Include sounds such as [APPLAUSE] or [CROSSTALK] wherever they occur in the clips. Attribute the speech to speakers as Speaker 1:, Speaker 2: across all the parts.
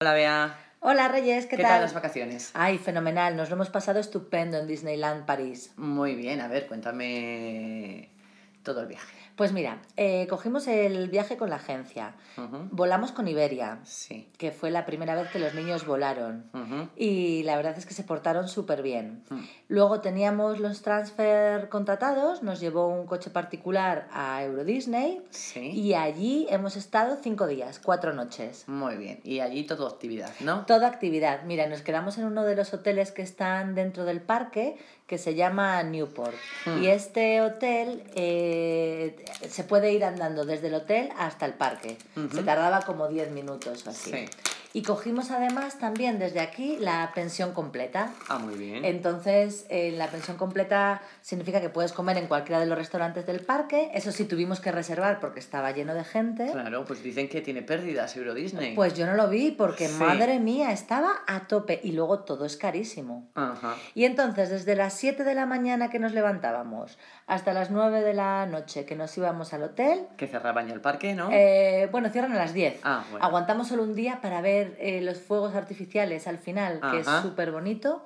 Speaker 1: Hola Bea,
Speaker 2: Hola Reyes, ¿qué,
Speaker 1: ¿qué tal las vacaciones?
Speaker 2: Ay, fenomenal, nos lo hemos pasado estupendo en Disneyland París.
Speaker 1: Muy bien, a ver, cuéntame todo el viaje.
Speaker 2: Pues mira, eh, cogimos el viaje con la agencia,
Speaker 1: Ujú.
Speaker 2: volamos con Iberia,
Speaker 1: Sí.
Speaker 2: que fue la primera vez que los niños volaron.
Speaker 1: Ujú.
Speaker 2: Y la verdad es que se portaron súper bien.
Speaker 1: Mm.
Speaker 2: Luego teníamos los transfer contratados, nos llevó un coche particular a Euro Disney
Speaker 1: Sí.
Speaker 2: y allí hemos estado cinco días, cuatro noches.
Speaker 1: Muy bien. Y allí todo actividad, ¿no?
Speaker 2: Toda actividad. Mira, nos quedamos en uno de los hoteles que están dentro del parque que se llama Newport.
Speaker 1: Hmm.
Speaker 2: Y este hotel eh, se puede ir andando desde el hotel hasta el parque.
Speaker 1: Ujú.
Speaker 2: Se tardaba como 10 minutos o así.
Speaker 1: Sí.
Speaker 2: Y cogimos además también desde aquí la pensión completa.
Speaker 1: Ah, muy bien.
Speaker 2: Entonces, eh, la pensión completa significa que puedes comer en cualquiera de los restaurantes del parque. Eso sí, tuvimos que reservar porque estaba lleno de gente.
Speaker 1: Claro, pues dicen que tiene pérdidas Euro Disney.
Speaker 2: Pues yo no lo vi porque,
Speaker 1: Sí.
Speaker 2: madre mía, estaba a tope y luego todo es carísimo.
Speaker 1: Ajá.
Speaker 2: Y entonces, desde las 7 de la mañana que nos levantábamos hasta las 9 de la noche que nos íbamos al hotel,
Speaker 1: Que cerraban ya el parque, ¿no?
Speaker 2: eh, bueno, cierran a las 10.
Speaker 1: Ah, bueno.
Speaker 2: Aguantamos solo un día para ver eh, los fuegos artificiales al final, que es
Speaker 1: Ajá.
Speaker 2: súper bonito,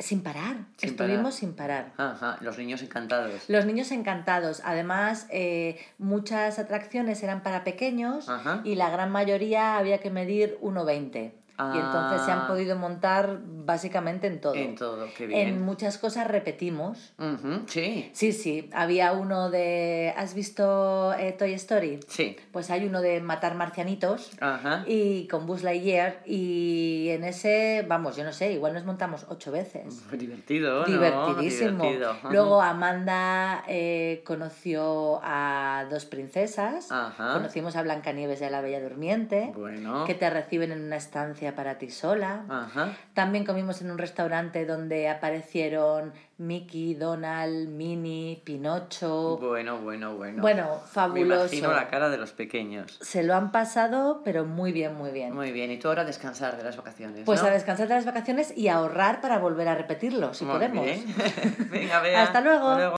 Speaker 2: sin parar.
Speaker 1: Sin
Speaker 2: Estuvimos
Speaker 1: parar.
Speaker 2: sin parar.
Speaker 1: Ajá. Los niños encantados.
Speaker 2: Los niños encantados. Además, eh, muchas atracciones eran para pequeños
Speaker 1: Ajá.
Speaker 2: y la gran mayoría había que medir 1,20. Y entonces se
Speaker 1: Ah.
Speaker 2: han podido montar básicamente en todo.
Speaker 1: En todo, qué
Speaker 2: En
Speaker 1: bien.
Speaker 2: muchas cosas repetimos.
Speaker 1: Ujú, Sí.
Speaker 2: Sí, sí, había uno de... ¿Has visto eh, Toy Story?
Speaker 1: Sí.
Speaker 2: Pues hay uno de matar marcianitos
Speaker 1: Ajá.
Speaker 2: y con Buzz Lightyear y en ese, vamos, yo no sé, igual nos montamos ocho veces.
Speaker 1: Pues Divertido, ¿no?
Speaker 2: Divertidísimo.
Speaker 1: Divertido. Ajá.
Speaker 2: Luego Amanda eh, conoció a dos princesas.
Speaker 1: Ajá.
Speaker 2: Conocimos a Blancanieves y a la Bella Durmiente,
Speaker 1: Bueno. Ah.
Speaker 2: que te reciben en una estancia para ti sola.
Speaker 1: Ajá.
Speaker 2: También comimos en un restaurante donde aparecieron Mickey, Donald, Minnie, Pinocho.
Speaker 1: Bueno, bueno, bueno.
Speaker 2: Bueno,
Speaker 1: Me
Speaker 2: fabuloso.
Speaker 1: imagino la cara de los pequeños.
Speaker 2: Se lo han pasado, pero muy bien, muy bien.
Speaker 1: Muy bien, y tú ahora descansar de las vacaciones.
Speaker 2: pues
Speaker 1: ¿no?
Speaker 2: a descansar de las vacaciones y a ahorrar para volver a repetirlo, si
Speaker 1: Muy
Speaker 2: podemos. [LAUGHS]
Speaker 1: bien. [LAUGHS] Venga, Bea.
Speaker 2: Hasta luego.